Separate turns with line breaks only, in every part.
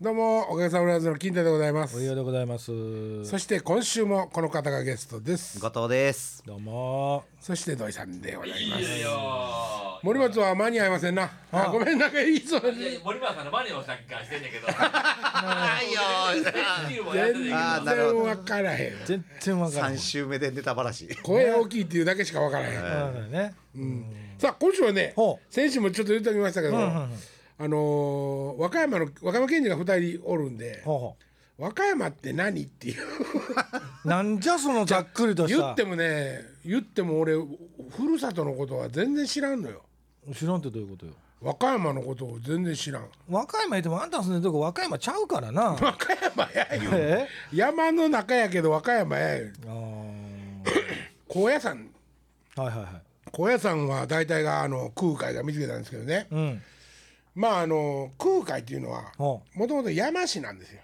どうもおかげさまでの金田でございます
おいでございます。
そして今週もこの方がゲストです
後藤です。
どうも。
そして土井さんでございます森松は間に合いませんなあごめんなんかいいそう
いや森村さんのマネをさっきからしてんねんけど。 はいよ ー。ビールもやってんねんけど
あー
全
なるほ
然
ど
わからへん
全然わからな
三
い。
週目でネタばらし。
声大きいっていうだけしかわからへん
わからないね。
さあ今週はね
ほ
先週もちょっと言ってみましたけどあのー和歌山の和歌山県人が二人おるんで
ほうほ
和歌山って何っていう
う。なんじゃそのざっくりとし
言
た。
ってもね言っても俺ふるさとのことは全然知らんのよ
知らんってどういうことよ。
和歌山のことを全然知らん
和歌山言ってもあんた住んでるとこ和歌山ちゃうからな。
和歌山やよ
え
山の中やけど和歌山やよ
ああ。
高野山
はいはいはい。
高野山は大体があの空海が見つけたんですけどね
うん。
まああの空海っていうのは
ほ
もともと山師なんですよ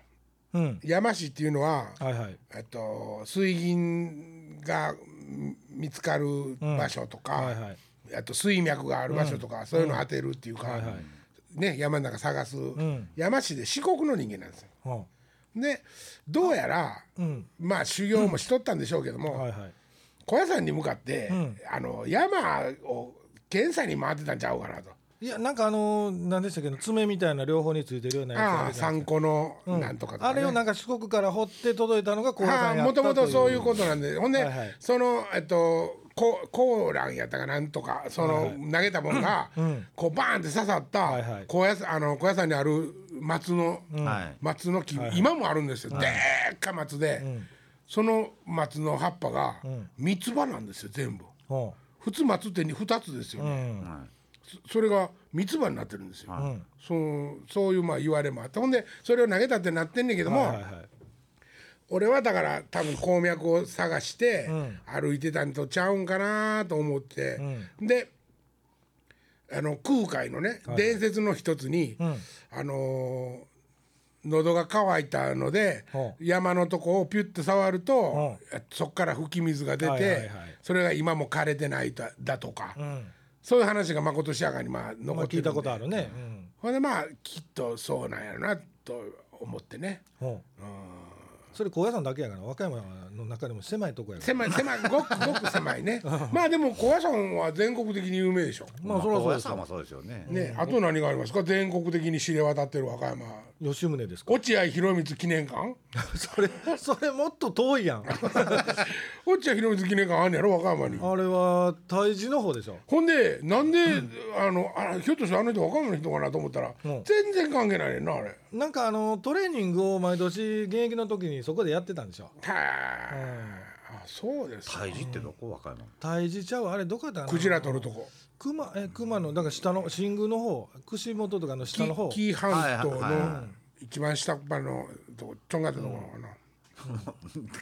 う。うん。
山師っていうのは
はいはい。
えっと水銀がみ見つかる場所とか、
はいはい。
あと水脈がある場所とか、そういうのを当てるっていうか、
はいはい。
ね、山の中探す、
ん
山師で四国の人間なんですよ。
ほ
でどうやら、
う。うん。
まあ修行もしとったんでしょうけども、
はいはい。
小屋さんに向かって、
ん
あの山を検査に回ってたんちゃうかなと。
いやなんかあのー何でしたっけど爪みたいな両方についてるようなやつ
あ
る
あ
じゃない
三
ですか
個のなんとかとか、
あ
ね
れをなんか四国から掘って届いたのが高野
は
山
あ
や
も
った
と
という。
もとそういうことなんでほんで、
はいはい
そのえっとこうコーランやったかなんとかその、投げたもんが、こうバーンって刺さった、
いはい
高野山あの高野山にある松の、
はい。
松の木、今もあるんですよ、でっかい松で、その松の葉っぱが三つ葉なんですよ全部
ほ
普通松って2つですよ
う。う
ね、
ん。
そそれが三つ葉になってるんですよ、
はい
そのそういうまあ言われもあってほんでそれを投げたってなってんねんけども、
はいはいはい。
俺はだから多分鉱脈を探して
ん
歩いてたんとちゃうんかなと思って、であの空海のね、伝説の一つに、あのー喉が渇いたので、
ほ
山のとこをピュッと触ると
ほ、
そこから吹き水が出て、
はいはいはい
それが今も枯れてないだだとか、そういう話がまことしやかにまあ
ま
残
あ
って
聞
る
い
んで、
たことあるね。うん。
ほんでまあきっとそうなんやろなと思ってね。
ほう。それ高野山だけやから和歌山の中でも狭いとこやから。
狭い狭いごくごく狭いねまあでも高野山は全国的に有名でしょ
まあそれはそう
高
で
野
す
さんは
よ。
そうですよね。
ねあと何がありますか全国的に知れ渡ってる和歌山
吉宗ですか。
落合博満記念 館
それそれもっと遠いやん。あ
落合博満記念館あんねやろ和歌山に
れは胎児の方でしょ。
ほんでなんで、あのあひょっとしてあの人和歌山の人かなと思ったら、
うん
全然関係ないねんなあれは
なんかあのトレーニングを毎年現役の時にそこでやってたんでしょ。
あそうですか
胎児ってどこ和歌山。
胎児ちゃうあれどこやったかな
クジラ取るとこ
熊え熊のだから下の新宮の方串本とかの下の方。
紀伊半島
はいはい
の一番下っ端のとこちょんがったところかな、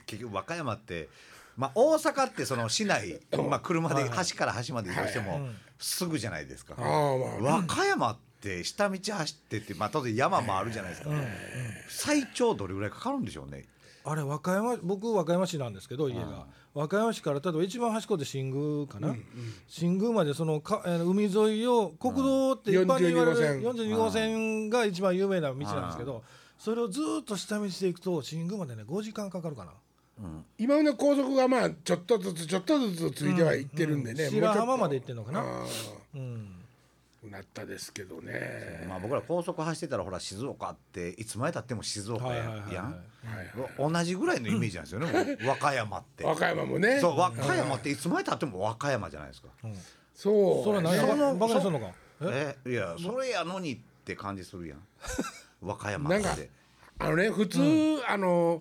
結局和歌山って。まあ大阪ってその市内、まあ車で端から端まで移動してもすぐじゃないですか。
ああまあ
和歌山って下道走ってってまあ当然山もあるじゃないですか。最長どれぐらいかかるんでしょうね。
あれ和歌山僕和歌山市なんですけど家が和歌山市から例えば一番端っこで新宮かな、新宮までそのか、えー海沿いを国道って一般に言われる
42号
42号線が一番有名な道なんですけどそれをずーっと下道で行くと新宮までね5時間かかるかな、
今の高速がまあちょっとずつちょっとずつついてはいってるんでね、もうちょ
白
っと
浜まで行ってんのかな、
あ
うん、
ーなったですけどね
まあ僕ら高速走ってたらほら静岡っていつまでたっても静岡
はいはいはい
や
はい
やん。同じぐらいのイメージなんですよね。もう和歌山って。
和歌山もね
そう和歌山っていつまでたっても和歌山じゃないですか。
そう
それは何
ね
や
その
バカにするのかえ
えいやそれやのにって感じするやん和歌山
な
っ
んか
て
あのね普通、あの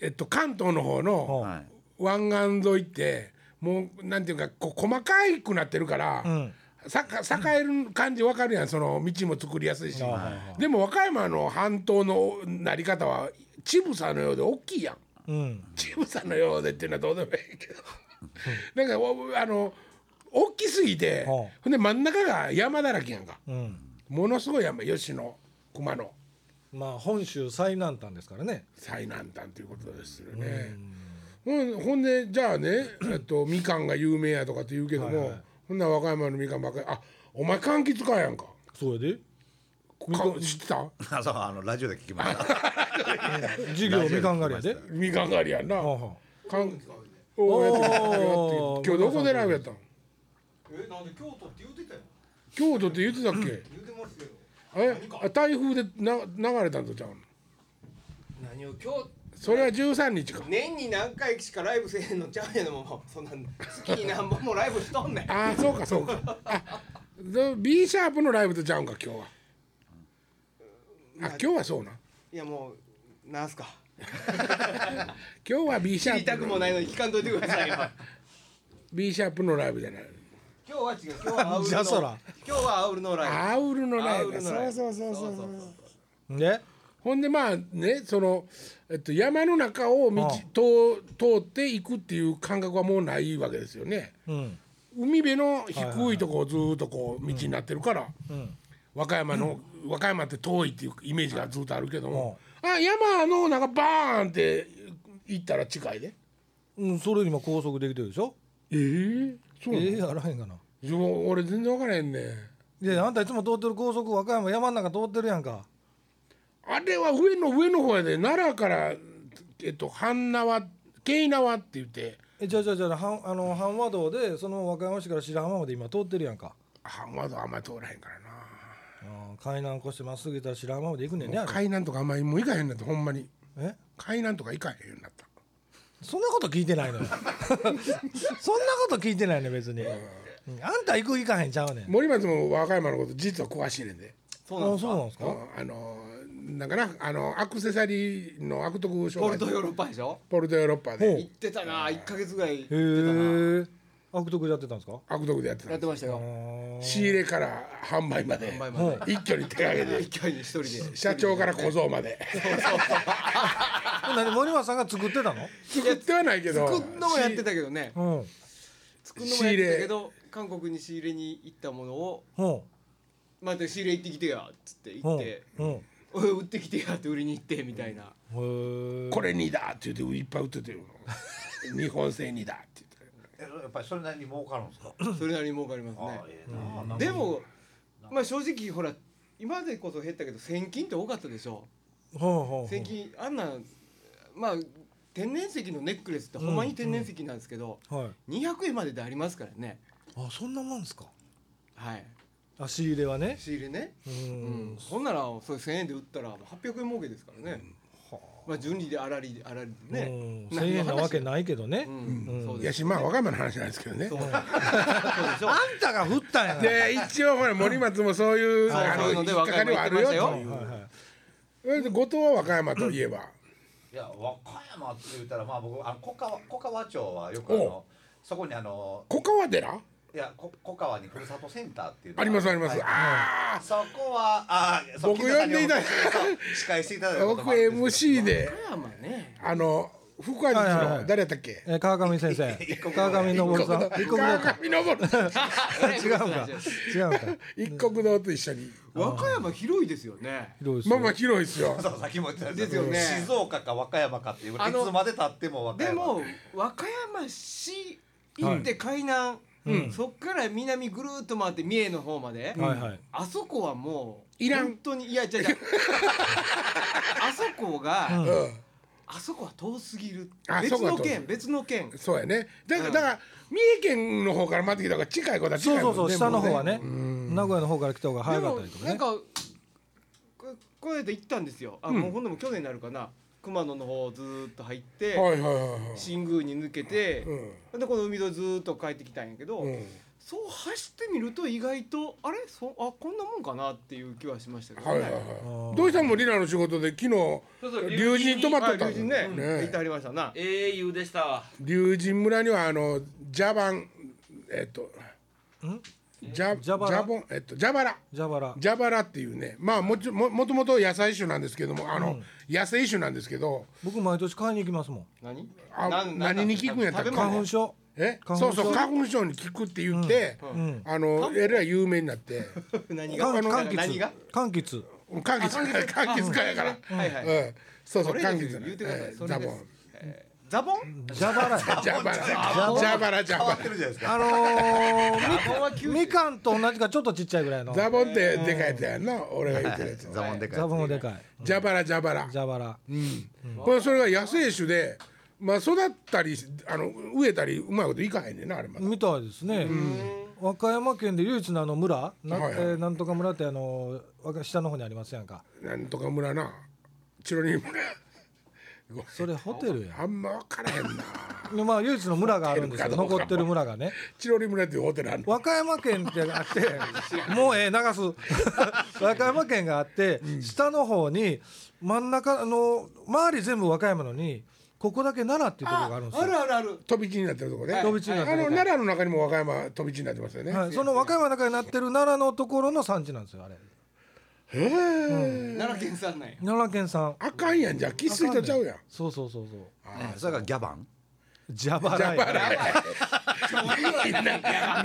えっと関東の方の
はい
湾岸沿いってもうなんていうかこう細かいくなってるから、
ん
さか栄える感じわかるやんその道も作りやすいし、
はいは
でも和歌山の半島のなり方はちぶさのようで大きいやん。
うん
チームさんのようでっていうのはどうでもいいけどなんかおあの大きすぎて
はあ
ほんで真ん中が山だらけやんか
うん
ものすごい山吉野熊野
まあ本州最南端ですからね
最南端ということですよねほんほんでじゃあね、えっと、みかんが有名やとかって言うけども、
はいはい
ほんなら和歌山のみかんばっかりあお前柑橘かやんか
それで
か知ってた
あ そうあのラジオで聞き ました。
授業みかん狩りやで。
みかん狩りやんな
はあは
かんおーやってたやってた今日どこでライブやったの
えなんで京都って言うてたよ
京都って言ってたっけ
言うてますけど
えあ台風でな流れたんとちゃうの
何を京都
それは13日か
年に何回しかライブせえへんのちゃうやんももうそん なん月に何本もライブしとんねん
ああそうかそうかあで B シャープのライブとちゃうんか今日はあ今日はそうない
やもうなんすか
今日は B シ
知
ャ
りた
ー
く
プ
も
の
ないのに聞かんといてくださいよ
B シャープのライブじゃない
今日は違う今日はアウル
じゃ
の
あそら
今日はアウルのライブ
アウルのライ
アウ
ブ
ルのライ
そう
ブ
そうそうそうそう
そそう
う
そう
あ。で。
ほんでまあねその、えっと、山の中を道通通っていくっていう感覚はもうないわけですよね
うん。
海辺の低いとこをずーっとこう道になってるから、
うん。
和歌山の、和歌山って遠いっていうイメージがずっとあるけども、
う
あ山のなんかバーンって行ったら近いで
うん、それ今高速できてるでしょ。
ええそうなの
ええ、あらへんかな。
いや俺全然分からへんねん
いや、あんたいつも通ってる高速和歌山山の中通ってるやんか。
あれは上の上の方やで奈良からえっと半縄京縄って言って
え、じゃあじゃあじゃあ、はん、あの、阪和道で、その和歌山市から白浜まで今通ってるやんか。
半和道あんまり通らへんからな
あー海南越してまっすぐ行ったら白浜まで行くねんね。あれ
海南とかあんまりもう行かへんなってほんまに
え。
海南とか行かへんようになった
そんなこと聞いてないのよ。 そんなこと聞いてないのよ別に。うんあんた行く行かへんちゃうねん。
森松も和歌山のこと実は詳しいねんで
そうなん
あ、
です
そう
か
なんですか。
あのなんかなあのアクセサリーの悪徳商
ポ
売
ルトヨーロッパでしょ
ポルトヨーロッパ
ほ
で
う
行ってたな一ヶ月ぐらい行って
へ
たな
え。悪徳でやってたんですか。
悪徳でやってた
やってましたよ
仕入れから販売まで
販売まで
一挙に手がけて
一回に一人で
社長から小僧ま で
ほんなら森松さんが作ってたの。
作ってはないけど
作んのもやってたけどね
うん。
作んのもやってたけど韓国に仕入れに行ったものを
うん。
また仕入れ行ってきてやっつって
う
行
ん。
って
うん。へ
おい売ってきてやって売りに行ってみたいな
え。
これにだって言っていっぱい売っててよ日本製にだって
えやっぱりそれなりに儲かるんです か。
それなりに儲かりますね
あええななんか
でもまあ正直ほら今までこそ減ったけど千金って多かったでしょ
ほうほうほう。
千金あんなまあ天然石のネックレスってほんまに天然石なんですけど
はい。
200円まででありますからね
あ、そんなもんですか。
はい
あ、仕入れはね。
仕入れね
う
うん
ん。
ほんならそれ1000円で売ったら800円儲けですからねまあ順利であらりであらりでね
ね。千円なわけ
い
ないけどね。
うんそう
いや
です
しまあ若者の話なんですけどね
そうそうでし
あ
ょ
んたが振ったんやから。
で一応ほら森松もそういう
はい
あ
そう
の
いう
引
の
っ
で
かかりはあるよと
若
はいいうは
それで後藤は和歌山といえば
いや和歌山って言ったらまあ僕あの小川小川町はよくあのそこにあの
小川寺
いやこ小川にふるさとセンターっていうのが
ありますあります
はい
ああ
そこはあーそう
僕呼んでいただい
そう司会していただいたこと
僕
もあるんですけ
MC で
富山ね
あの福岡
はいはい
市
はい
の誰やったっけ
い。え、川上先生。川上昇さん。一国道
川
か。
上昇
違うんか。違うんか。
一国道と一緒に
和歌山広いですよね
広いです
ま
よ
あまあ広いですよ
そうさっきも言ってたん
ですよね
静岡か和歌山かっていうい
あの
つまでたっても和歌
で
山
も和歌山市行って海
う
南、
ん
そっから南ぐるーっと回って三重の方まで、
はいはい。
あそこはもう
いらん
本当にいや違う違うあそこが、
うん
うん
あそこは遠すぎる
あそ
別
こは遠
の
す
県別の県
そうやねだか
う
ら
ん
だから三重県の方から回ってきた方が近いことは近い
そう
もん
そ
ね
うそう、下の方はね、
ん
名古屋の方から来た方が
で
早かっ
も
たりとか
なん
ね。
かここの間行ったんですよあ、もうほんでも去年になるかな熊野の方をずーっと入って、
はいはいはいはい
新宮に抜けて、でこの海沿いずーっと帰ってきたんやけど、
うん、うん、
そう走ってみると意外とあれそうあこんなもんかなっていう気はしましたけど
は
ね。
いはい
あ
は
ー
いどうしたんもリラの仕事で昨日
そうそう
龍神泊まっとった
あ
ん
友人ね、
よ
行ってはりましたな。
英雄でしたわ
龍神村にはあのジャバンえっと
ん
ジャ
ジャバ
ジ
ラ
ャボンえっとジャバラ
蛇腹。
ジャバラっていうねまあもちももともと野菜種なんですけどもあの、野生種なんですけど
僕毎年買いに行きますもん。
何？
あ
なん
何に効くんやったっけ
食べ
花
物
粉症。
え
花
そ
粉
う
症
そう花粉症に効くって言って、
うん。
あのえらい有名になって
何が？
柑柑
何
橘
が？。
柑橘。
柑橘柑橘かやから、
はいはい。
うん、そうそう
それ
柑
です
橘
言うてください。そ
ザ
れ
ボ
です
ン。
えザボン
蛇腹や
蛇腹
蛇
蛇腹蛇
変わ
腹
ってるじゃないですか
あのー
ザボンは九州
みみかんと同じかちょっとちっちゃいぐらいの
ザボンってでかいやつやんな俺が言ってるやつ
ザボンでかい
ザボンもでかい
蛇腹蛇腹
蛇腹
これそれが野生種でまあ育ったりあの植えたりうまいこといかへんねんなあれまだ
みたいですね和歌山県で唯一のあの村な,、
はいはい
えーなんとか村ってあの和歌下の方にありますやんか
なんとか村なチロリン村
それホテルや
あんま分からへんな
でまあ唯一の村があるんですよ
ホテルかどうか
残ってる村がね
チロリン村っていうホテルあんの
和歌山県ってあ ってもうええ流す 和歌山県があって下の方に真ん中あの周り全部和歌山のにここだけ奈良っていうところがあるんですよ
あるあるある
飛び地になってるとこね、
はい
飛び地になって
あ
る
の奈良の中にも和歌山飛び地になってますよね、
はい、その和歌山の中になってる奈良のところの産地なんですよあれ
へえ、
奈良県産なんや
奈良県産
あかんやんじゃあ生粋とちゃうやん
そうそうそうそう
ねそれがギャバン
蛇腹
蛇
や
腹みんな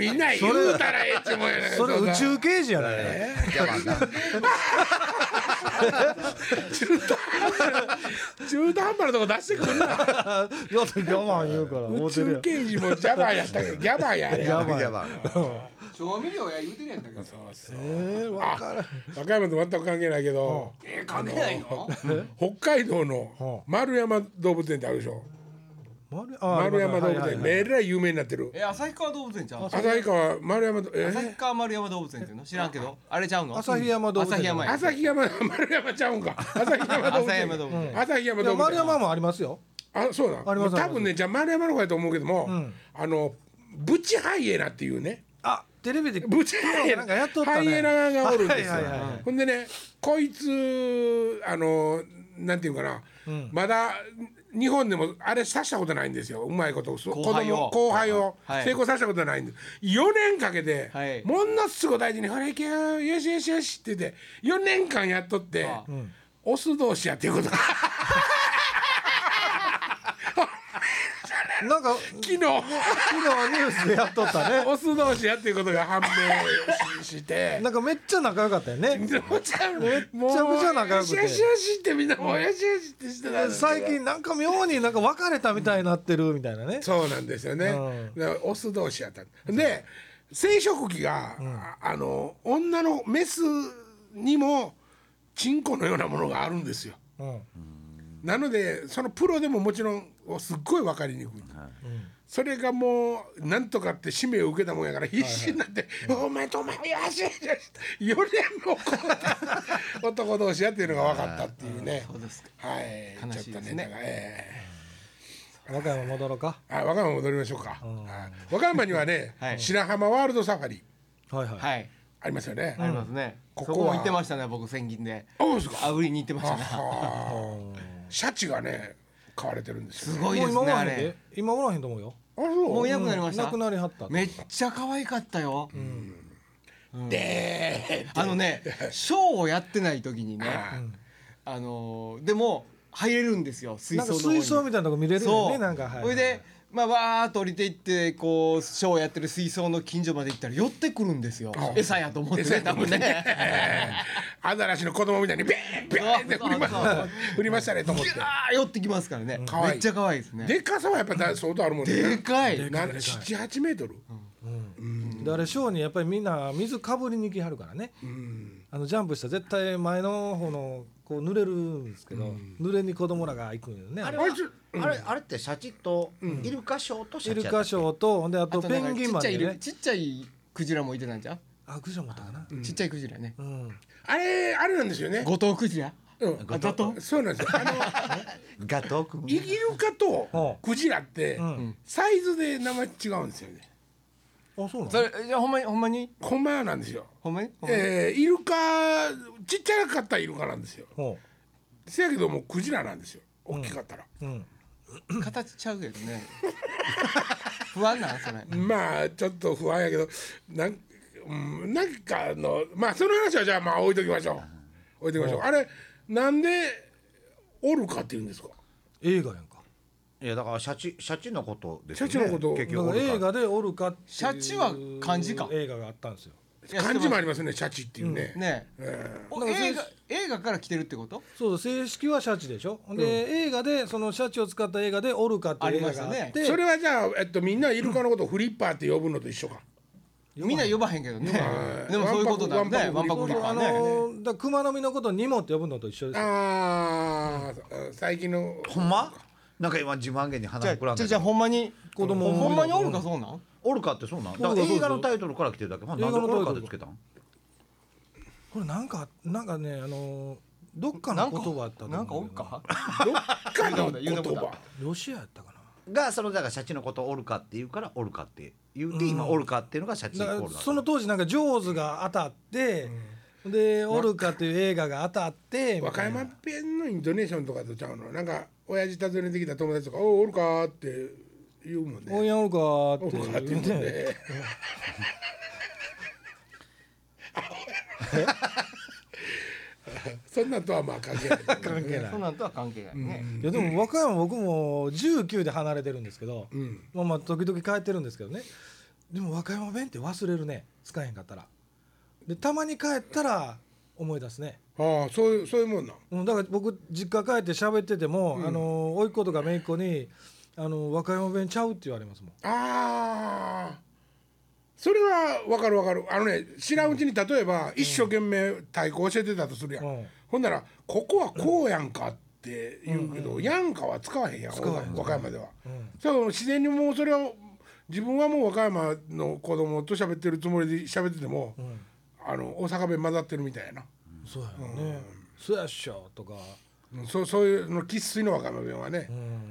みんな言うたらええっちゅうもんやな
それ宇宙刑事やね、
ギャバンな
中途半端なとこ出してくんな
いや我慢言うから
宇
て
宙
る
刑事もジャバーやったけどギャバーやあれ
ギャバンギャバン
調味料や言うてるやんだけど
えー、わから
和
ん
歌山と全く関係ないけど、
えー、関係ないの
北海道の丸山動物園ってあるでしょ、
丸あ
丸山動物園、
はいはいはい
めっらい有名になってる
えー、旭川動物園ちゃう
旭川丸山どえ
旭川丸山動物園っていうの知らんけどあれちゃうの
旭山動物園
旭山や
旭山丸山ちゃうんか旭山動物
旭
園
山動物園
旭山
い
動
や
物
丸
園
山もありますよ
あそうだ
あります
多分ねじゃあ丸山の方やと思うけども、
ん
あのブチハイエナっていうね
あテレビで
ブチハイエ
な
ナ
んかやっとった
ハ
ね
イエナがおるんですよ、
はいはいはいはい
ほんでねこいつあのなんていうかな、まだ日本でもあれさしたことないんですようまいことそう
後輩を
後輩を
はい
成功させたことないんです、4年かけて、
はい
ものすごい大事に「ほら行けよよしよしよし」って言って4年間やっとって
ああう
オス同士やっていうことが
なんか
昨日。
昨日ニュースでやっとった ね
オス同士やっていうことが判明しして。
なんかめっちゃ仲良かったよね
もうちゃも
ちゃくちゃ仲良くて
よしよしよしってみんなもうよしよしってしてたんですよ
最近なんか妙になんか別れたみたいになってるみたいなね
そうなんですよね、
う
だからオス同士やったで生殖器が、あの女のメスにもチンコのようなものがあるんですよ
うん
なのでそのプロでももちろんすっごい分かりにくい、それがもうなんとかって使命を受けたもんやから必死になって「お前とお前よしよしよし」4年もこう男同士やっていうのが分かったっていうね
そうですか
はい
悲しいですね
ちょっとネタがえ
和歌山戻ろうか
えあ和歌山戻りましょうか、はい和歌山にはね、
はい
白浜ワールドサファリ
はいはい、
はい
ありますよね、
ありますね、
ここ
そ
は
こも行ってましたね僕千銀で
あそうですか
あ売りに行ってましたね
はあシャチがね買われてるんですよね
すごい
もう今
です
お
ね
らへ
あ
ん
れ
で今おらへんと思うよ
あそう
もういなくなりました
なくなりはった
めっちゃ可愛かったよ、
でー
あのねショーをやってない時にね
あ
あのーでも入れるんですよ水
なん
槽
か
の
水槽
み
みたいなとこ見れるよねなんかはい
それでまあわーっと降りていってこうショーをやってる水槽の近所まで行ったら寄ってくるんですよ餌やと思って
餌
ね
やと
多分ね
アザラシの子供みたいにビーンビーンって振りました振りましたねと思って
あー寄ってきますからね
可愛い
めっちゃ可愛いですね
でかさはやっぱだ相当あるもんね
でかい
な78メートル
であれショーにやっぱりみんな水かぶりに来はるからね、あのジャンプしたら絶対前の方のこう濡れるんですけど、濡れに子供らが行くんよね
あ
あ
れ
れ
はあれあれってシャチとイルカショーとシ
イ
ャ
ル
チや
カ
っ
ショーとほんであ
あ
と
とな
ペ
んか
ンギン
ちっ
ま
ちゃ
で
い
ね
ちっちゃいクジラもいてたんじゃ
あクジラもおったかな
うちっちゃいクジラね
うん、
あれあれなんですよね
五島クジラ
うん
あだと
そうなんですよあの
ガトー
イイ
君
ルカとクジラって
ん
サイズで名前違うんですよね
あそうな
そ
の
れじゃあほんまにほんまに
ほんまなんですよ
ほんまにほんまに
えーイルカちっちゃかったらイルカなんですよ
ほ
せやけどもうクジラなんですよ大きかったら
う、うん、
形ちゃうけどね不安なんそれ
まあちょっと不安やけどなん,、うん、なんかあのまあその話はじゃあまあ置いときましょう置いときましょうあれなんでオルカって言うんですか
映画やんか
いやだからシャチシャチのことですよね
シャチのこと
結
だか
局
ら映画でオルカっていう
シャチは漢字か
映画があったんですよ
漢字もありますねシャチっていうね、
ねえ
え
お
なんかそうい
映
う
画映画から来てるってこと
そう正式はシャチでしょ、で映画でそのシャチを使った映画で「オルカ」っていう映画があって
ありました
ーそれはじゃあ、えっと、みんなイルカのことをフリッパーって呼ぶのと一緒か
みんな呼ばへんけどね
はい
でもそういうことだよね
ワ
ワ
ン
ン
パ
パ
クフ
クフ
リ
リ
ッ
ッ
パ
パ
あ
ー
の
ね
ーだから熊の実のことを「ニモ」って呼ぶのと一緒ですよ
あー最近の
ほんまなんか今自慢げに
じゃ
鼻膨ら
あ
ん
じゃ
で
あじゃあほんまに
子供を産む
ほんまにおるかそうなん
オルカってそうなんだ
オ
か
ルカそ
ら
うそう
映画のタイトルから来てるだけほんなんで
映画の
オルカ
タ
っ
イトル
てつけたん
これなんかなんかねあのーどっかの言葉あったと思う
なんかお
ん
る
だよな
か
どっかの
言う
言
なことだ言うなこと
葉
だ
ロシアやったか
がそのだからシャチのことをオルカって言うからオルカって言うて今オルカっていうのがシャチイ
な
コール
だ
な
か
の
らその当時なんか「ジョーズ」が当たって、で「オルカ」っていう映画が当たって
和歌
み
山弁のインドネーションとかとちゃうのなんか親父訪ねてきた友達とか「おうおるか?」って言うもん
たいな「おん
ね
やオルカ」
おるか
っ
ってて言うもんね そんなんとはまあ関係ない
関係ない
そんなんとは関係ないね
いやでも和歌山僕も19で離れてるんですけど、
うん
まあまあ時々帰ってるんですけどねでも和歌山弁って忘れるね使えへんかったらでたまに帰ったら思い出すね、
ああそういうそういうもんなん
うん、だから僕実家帰って喋ってても、あの甥っ子とか姪っ子に「あの和歌山弁ちゃう」って言われますもん
ああそれはわかるわかるあのね知らんうちに例えば一生懸命太鼓教えてたとするやん、
うん
ほんなら「ここはこうやんか」って言うけど「やんか」は使わへんやん
わへん
和歌山では、そう自然にもうそれを自分はもう和歌山の子供と喋ってるつもりで喋ってても、あの大阪弁混ざってるみたいやな、
そうやよね「そうやっしょ」とか
うん、そうそういうの生粋の和歌山弁はね、うん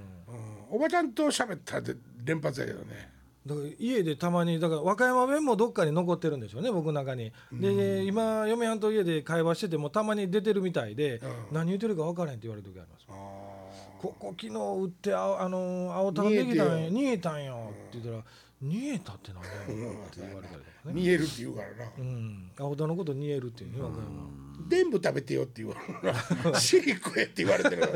おばちゃんと喋ったって連発やけどね
だから家でたまにだから和歌山弁もどっかに残ってるんでしょうね僕の中に。で今嫁はんと家で会話しててもたまに出てるみたいで、何言ってるか分からへんって言われる時あります。ここ昨日売ってああのー青タンできたんや逃げたんよって言ったら「逃げたってなんだよ」って言われたりとかね。
見えるって言うからな、
うん、青田のこと逃げるっていうね和歌山
全部食べてよって言われ るシリ食えって言われてるか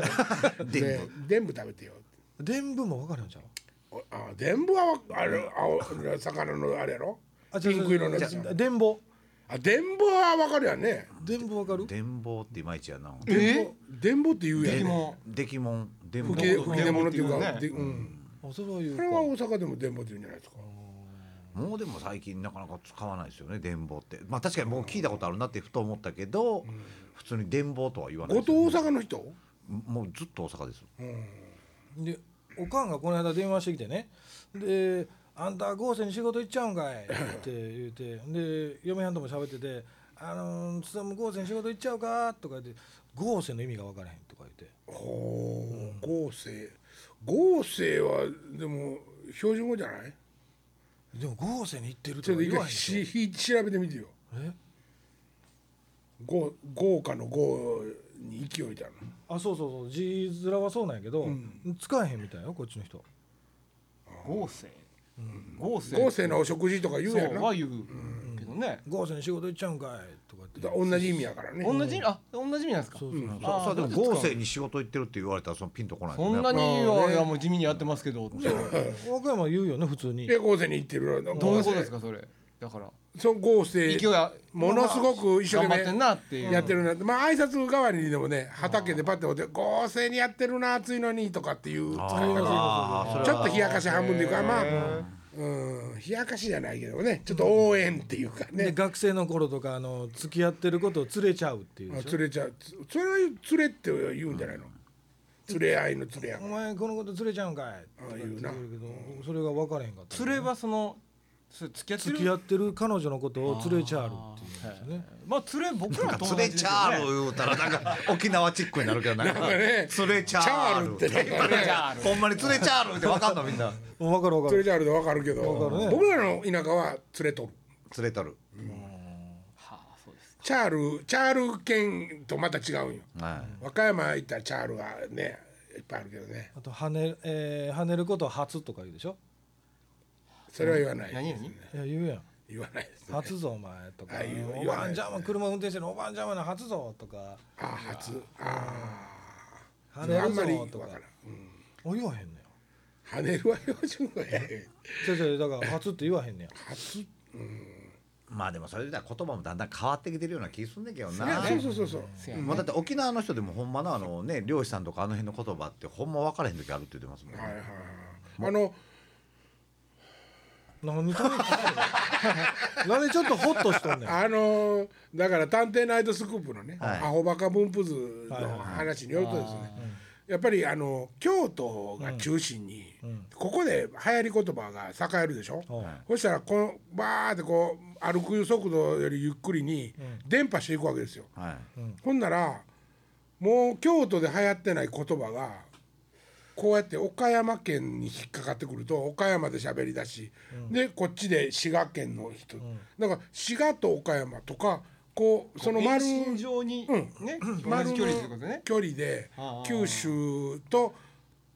ら、ね、全部食べてよって
伝部も分かるんちゃう
おあ全部はあれ青魚のあれやろピンク色のやつや
伝報
あ伝報はわかるやんね
伝報分かる
伝望っていまいちやな
え
伝報って言うやん
で
ね
も
出来もん伝望
吹き吹き出物っていう
伝
か
報って
で
いう
うん
あそれは言う
こ
か
れは大阪でも伝報って言うんじゃないですか
もうでも最近なかなか使わないですよね伝望ってまあ確かにもう聞いたことあるなってふと思ったけど、普通に伝望とは言わない
後
です
藤
よ
大
ね
阪の人
もうずっと大阪です
でおかんがこの間電話してきてねで「あんた豪勢に仕事行っちゃうんかい」って言うてで嫁はんとも喋ってて「あのー、勤豪勢に仕事行っちゃうか?」とか言って「豪勢の意味が分からへん」とか言って
ほう合成合成はでも標準語じゃない
「でも豪勢に行ってる」
ち
と
ょっ
か
と
言
一
わへん
回
でし
し
ょ
ひ調べてみてよ
え
豪豪華の豪に勢いだな
あそうそうそう字面はそうなんやけど、使えへんみたいよこっちの人
合成合成
豪勢のお食事とか言うやん
そう
な
は言うけどね
「豪勢に仕事行っちゃうんかい」とか言って
だ同じ意味やからね
同じあ同じ意味なんですか
そうそう
そう
あー
そうでも
どうです
豪
か
勢に仕事行ってるって言われたらそのピンとこない
そんな
ね
にい
まあね
やもう地味にやってますけどってどう
和歌山言うよね普通に
で豪勢に行ってるど
いうことですかそれだから
その豪勢
勢いは
ものすごく一生
頑張って
懸
ん
命
なっていう
やってるなまあ挨拶代わりにでもね畑でパッておって「豪勢にやってるな暑いのに」とかっていう使い
あーあーそ
方
れは
ちょっと冷やかし半分でいうかまあうん冷やかしじゃないけどねちょっと応援っていうか
で
ね
学生の頃とかあの付き合ってることを連れちゃうっていうでしょ
釣れちゃうつそれは釣れって言うんじゃないの釣れ合いの釣れや
お前このこと釣れちゃうんかい」とか言ってくるけどそれが分からへんかった
それはそのそれ付き合ってる
付き合ってる彼女のことを連れちゃうっていうんですよね
まあ連れ僕らの友
釣
達
れ
で
チ
す
ャ
よね
ール言うたらなんか沖縄チックになるけどなんか
ね
釣れチャ
チャ
ー
ール
ル
ってなんか
連れ
ね
チャール
ほんまに釣れチャールってわかんのみんな
もう分かる分か
釣れ
る
チャールでわかるけど
わかるね
僕らの田舎は釣れとる
釣れたる、
はあそうです
チャールチャール県とまた違うんよ
は
和歌山行ったらチャールはねいっぱいあるけどね
あと跳ね,、えー跳ねることを初とか言うでしょ
それは言わない
何々
いや言うやん
言わないですね
初ぞお前とか
あ言う
お
言わない
ばんちゃんも車運転してるおばんちゃんもな初ぞとか
あ初あ
跳
ー
ね
あんまり
るぞ
分
と
か
から
ん
お言わへんのよ
跳ねるは標準語や
先生だから初って言わへんねや
初
まあでもそれで言ったら言葉もだんだん変わってきてるような気すんねんけどな。
いやそうそうそうそう
せや
もうだ
ね
って沖縄の人でもほんまのあのね漁師さんとかあの辺の言葉ってほんま分からへん時あるって言ってますもんね、
はいはいはいあの
何食べてんのなんでちょっとホッとしとんねん
あのーだから「探偵ナイトスクープ」のね「
はい
アホバカ分布図」の話によるとですね、やっぱりあの京都が中心に、ここで流行り言葉が栄えるでしょ、
うん
そしたらこのバーってこう歩く速度よりゆっくりに伝播していくわけですよ。
はい、
ほんならもう京都で流行ってない言葉がこうやって岡山県に引っかかってくると岡山で喋りだし、でこっちで滋賀県の人、だから滋賀と岡山とかこうその丸
円心上に
うん
ね同
丸
じ
の
距離ということね
距離で
ああ
九州と、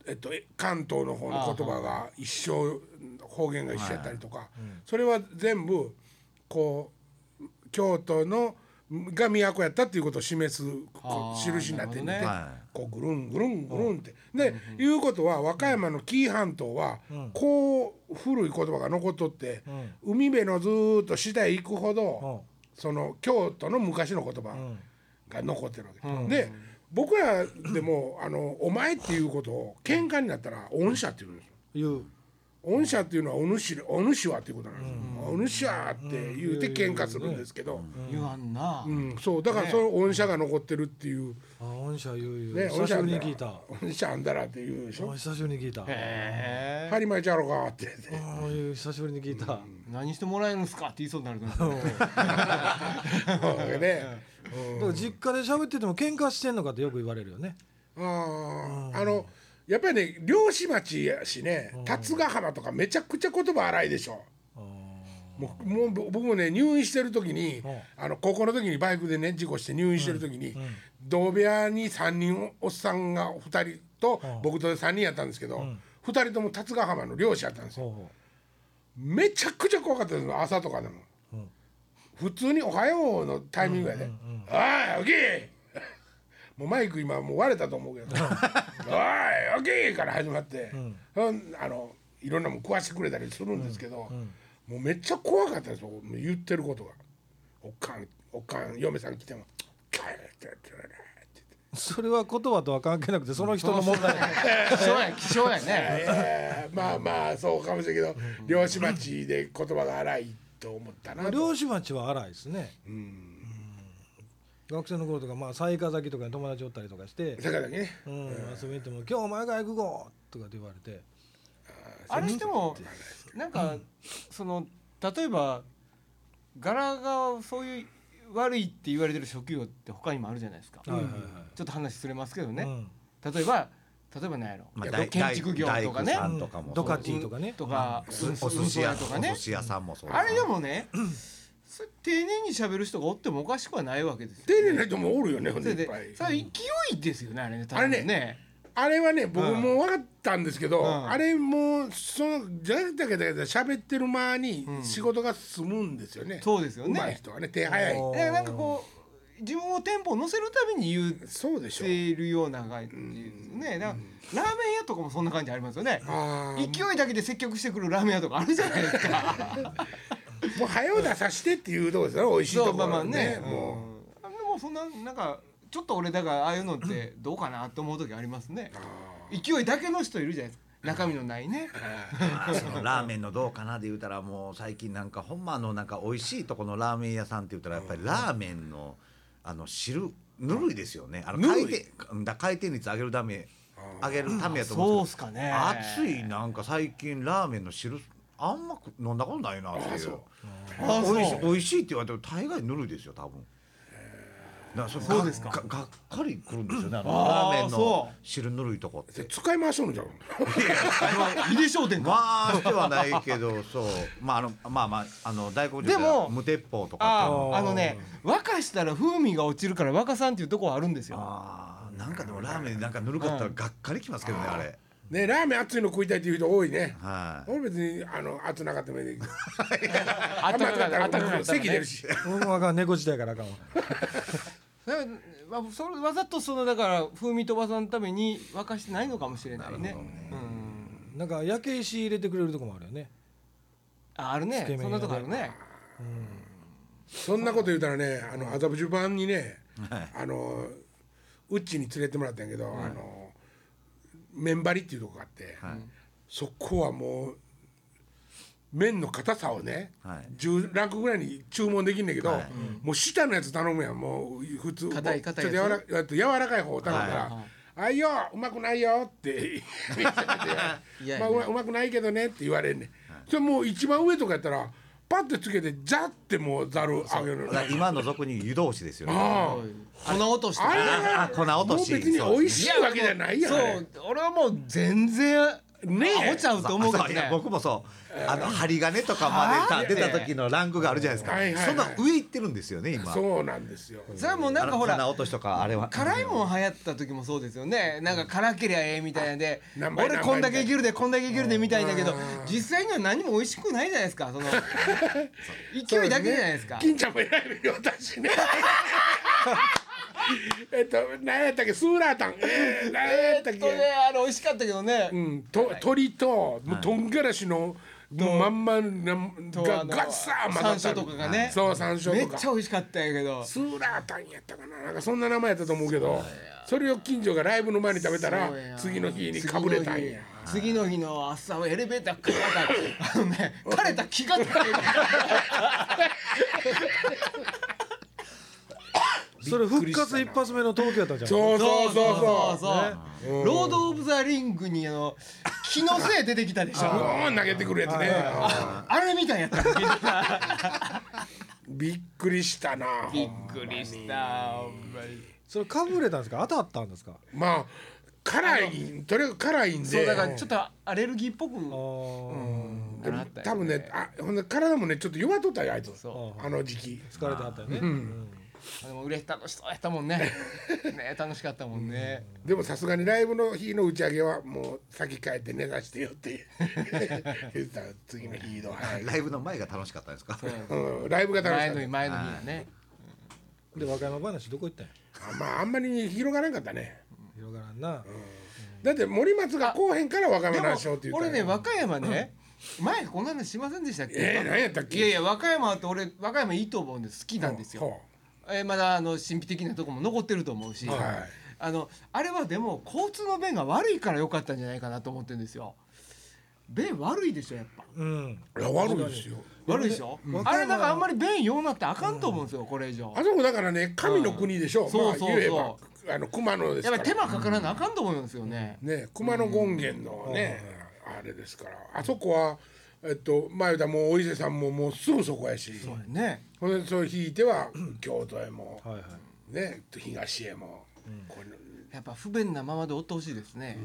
えっと、え関東の方の言葉が一緒方言が一緒やったりとか、それは全部こう京都のが都やったっていうことを示すこ
あ
う
あ
印になってて、
なるほどね
は
こうぐるんぐるんぐるんって。で、いうことは和歌山の紀伊半島はこう古い言葉が残っとって、海辺のずーっと下へ行くほど、
うん
その京都の昔の言葉が残ってるわけ、で僕らでも「あのお前」っていうことを喧嘩になったら「御社」って言うんですよ。
いう
御社っていうのはお主お主はっていうことなんですよ、お主はって言うて喧嘩するんですけど、
言わんな
うんそうだからその御社が残ってるっていう、
あ御社言う言う、
ね
久
御
し
社あ
ぶ
んだ
り
ら
に聞いた
御社あんだらっていうでしょ
お久しぶりに聞いた
へ
「
え
張り前ちゃろか」って言って
ああいう久しぶりに聞いた、
何してもらえるんすかって言いそうになるから
うん だか
そうね、
ら実家で喋ってても喧嘩してんのかってよく言われるよね
あああのやっぱりね漁師町やしね辰ヶ浜とかめちゃくちゃ言葉荒いでしょ。
あ
もうもうぼ僕もね入院してる時に、
うん
あの高校の時にバイクでね事故して入院してる時に、同部屋に3人おっさんが2人と、僕とで3人やったんですけど、2人とも辰ヶ浜の漁師やったんです
ー
よ
ほうほ
めちゃくちゃ怖かったですよ朝とかでも、
うん
普通に「おはよう」のタイミングやで「おい起きい!」もうマイク今もう割れたと思うけど「おい起きい!」から始まって、うんあのいろんなもん食わしてくれたりするんですけど、もうめっちゃ怖かったですよ言ってることが「おっかんおっかん嫁さん来ても「帰ってって言われて
うそれは言葉とは関係なくてその人の問 題
希少や希少やね
えーまあまあそうかもしれんけど漁師町で言葉が荒いと思ったなと
漁師町は荒いですね、学生の頃とかまあ雑賀崎とかに友達おったりとかして
だからね
「うん、遊びに行っても今日お前が行くご!」とかって言われて
あれしてもなんかその例えば柄がそういう悪いって言われてる職業って他にもあるじゃないですかち
はいはいは
ょっと話それますけど
い、う
ね
ん
例えば例えば何やろ
まあ
いや
大
建築業とか
大
ね
工さんとかも
ドカティとかね
とか
お寿お寿司屋
屋とかね
お寿司屋さんもそう
あれでもねそれ丁寧に喋る人がおってもおかしくはないわけですよ
丁寧な人もおるよねほん
そ
で
れ
いっ
で
ぱい
それ勢いですよねあれね多
あれ
分
ね
ね
あれはね僕もう分かったんですけど
うん
あれもうそのじゃなくてだけど喋ってる間に仕事が進むんですよね
そうですよ
うまい
ね
人はね手早い
だからなんかこう自分をテンポ乗せるために言う
そうでしょ
ているような感じですよねだからラーメン屋とかもそんな感じありますよね
ああ
勢いだけで接客してくるラーメン屋とかあるじゃないです か
もう早う出さしてっていうとこですよね美味しいと
そ
こ
う
ろ
まあまあねうん
もう
あでもそんななんかちょっと俺だからああいうのってどうかなと思う時ありますね勢いだけの人いるじゃないですか中身のないね
まあそのラーメンのどうかなで言うたらもう最近なんかほんまあのなんか美味しいとこのラーメン屋さんって言ったらやっぱりラーメンのあの汁ぬるいですよねあの
ぬる
回
い
転うんだ回転率上げるため上げるためやと思うんですけど
そうっすかね
熱いなんか最近ラーメンの汁あんまく飲んだことないなって
あ
い
そうう
あそう
美味しい美味しいって言われても大概ぬるいですよ多分だからそれ
そうですか
ががっかりくるんですよねあの
あー
ラーメンの
そう
汁ぬるいとこって
で使い回しとるんじゃん
井出商店か
まあしてはないけどそうまああのまあまああの大工場
でも
無鉄砲とか
あ
って
ああのね沸かしたら風味が落ちるから若さんっていうとこはあるんですよ
あーなんかでもラーメンなんかぬるかったらがっかりきますけどねあれ
ねラーメン熱いの食いたいっていう人多いね
はい
俺別にあの熱なかったもいいねんけど
あったかかったあったかかったら
席出
ね
るし
僕もあかん猫時代からあかんわ
だからまあそれわざとそのだから風味飛ばさんために沸かしてないのかもしれないねうん
なんか焼け石入れてくれるとこもあるよね
ああるね
つけ麺
そんなとこあるね
そんなこと言うたらねあの麻布十番にね
はい
あのうっちに連れてもらったんやけど、あの麺張りっていうとこがあって、そこはもう麺の硬さをね、
はい
10ランクぐらいに注文できんねんけど、
はい
もう下のやつ頼むやんもう普通
硬い
もう
硬
ち
い
ょ
や
っ
つ
と柔らかやつ柔らかい方を頼むから「
はい
あいようまくないよ」って
いやいや
まあうまうまくないけどね」って言われんねん、それもう一番上とかやったらパッてつけてザッてもうざるあげるの
だから今の俗に言う湯通しですよね
ああ
粉落として
あれ
あ粉落とし
もう別に美味しいわけじゃないやん
そ
あれ
う俺はもう全然
ねえ
アホちゃうと思うけど
いや
ね
僕もそうあの針金とかまでさ出た時のランクがあるじゃないですか、
はいはいはい
そんな上行ってるんですよね今
そうなんですよ
それはもうなんかほ
あの
ら
粉落としとかあれは
辛いもん流行った時もそうですよねなんか辛けりゃええみたいなんで
何倍
俺こんだけいけるでこんだけいけるでみたいだけど実際には何も美味しくないじゃないですかその勢いだけじゃないですか
金ちゃんも偉いのよ私ね えっと何やったっけスーラータン、えー、何やったっ
え
け、
っとねあれ美味しかったけどね
うん、と鳥ともうとんがらしの、もうまんまなん
と
が
あの
ガッサー混ざ
山
ってあ
椒
る
とかがね
そう山椒とか
めっちゃ美味しかったんやけど
スーラータンやったかななんかそんな名前やったと思うけどそれを近所がライブの前に食べたら
そうや
次の日にかぶれたんや
次の日の朝はエレベーターからあのね枯れた木が枯れた
それ復活一発目の東京やったじゃん
そうそうそうそう
そうそうロード・オブ・ザ・リングにあの気のせい出てきたでし
う
ょ
ん投げてくるやつねうん
あれみたいやった
びっくりしたな
びっくりしたほんまに
それかぶれたんですか当たったんですか
まあ辛いとりあえず辛いんで
そうだからちょっとアレルギーっぽく
あー
でも
あったよね
多分ねあほんで体もねちょっと弱っとったよあいつ
そ
あの時期
疲れてはったよね、
でも嬉し楽しそうやったもんね ね楽しかったもんね
でもさすがにライブの日の打ち上げはもう先帰って寝かしてよって 言ったら次の日移動早い、
ライブの前が楽しかったですか
うん、ライブが楽し
前
か
の
っ
日前の日はね
で和歌山話どこ行ったんや
たあまああんまり広がらんかったね
広がらんな、
だって森松が後編から若
で
者
も
のしようって言った
俺
よ
ね和歌山ね前こんなのしませんでしたっけ
えー、何やったっけ
いやいや和歌山って俺和歌山いいと思うんで好きなんですよ
ほう
えーまだあの神秘的なとこも残ってると思うし、
はい
あのあれはでも交通の便が悪いから良かったんじゃないかなと思ってるんですよ便悪いでしょやっぱ
うん、
いや悪いですよ
悪いでしょ、
うん
あれだからあんまり便用なってあかんと思うんですよ、これ以上
あそこだからね神の国でしょ、
んそうそうそう
まあ言えばあの熊野です
やっ
から
ぱり手間かからなあかんと思うんですよね、
ね熊野権現のね、あれですからあそこはえっと前田もお伊勢さんももうすぐそこやし
そうやね
ほんでそれ引いては京都へも、
はいはい
ね東へも、これ
やっぱ不便なままでおってほしいですね、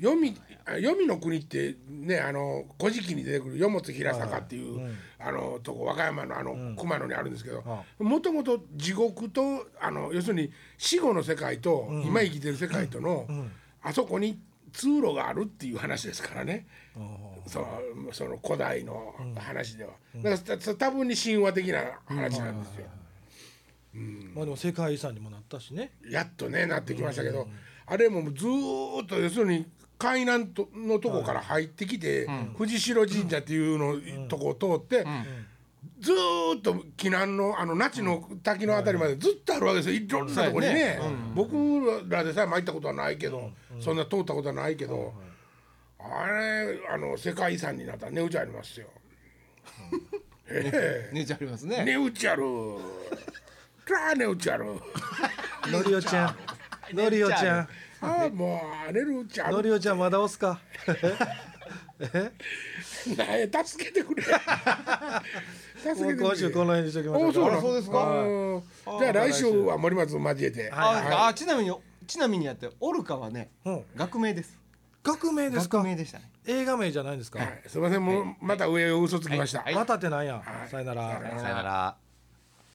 黄泉あ黄泉の国ってねあの「古事記」に出てくる四本平坂っていう、あのとこ和歌山のあの、熊野にあるんですけどもともと地獄とあの要するに死後の世界と、今生きてる世界との、あそこに通路があるっていう話ですからね、そのその古代の話では、だからた多分に神話的な話なんですよ。
まあでも世界遺産にもなったしね
やっとねなってきましたけど、あれもずーっと要するに海南とのとこから入ってきて、藤代神社っていうの、とこを通って、ずーっと紀南のあの那智の滝のあたりまでずっとあるわけですよいろんなとこにね僕らでさえ参ったことはないけど、そんな通ったことはないけど、あれあの世界遺産になったら値打ちありますよ。え
姉ちゃんあります
え値
ね
打 ちある。そら値打ち ある。
のりおちゃんのりおちゃん
ああもう値打ちある
のりおちゃんまだ押すか
ねえ助けてく れ助け
もう今週この辺にしときましょ
お
うか
そう
あ
な
そうですか
んじゃあ来週は森松を交えて
あ,、あちなみにちなみにやってオルカはね、
うん
学名です
学名です
学
か
名でしたね
映画名じゃないんですか、
はいすいませんもうまた上を嘘つきました
またってなんや、さよなら
さよなら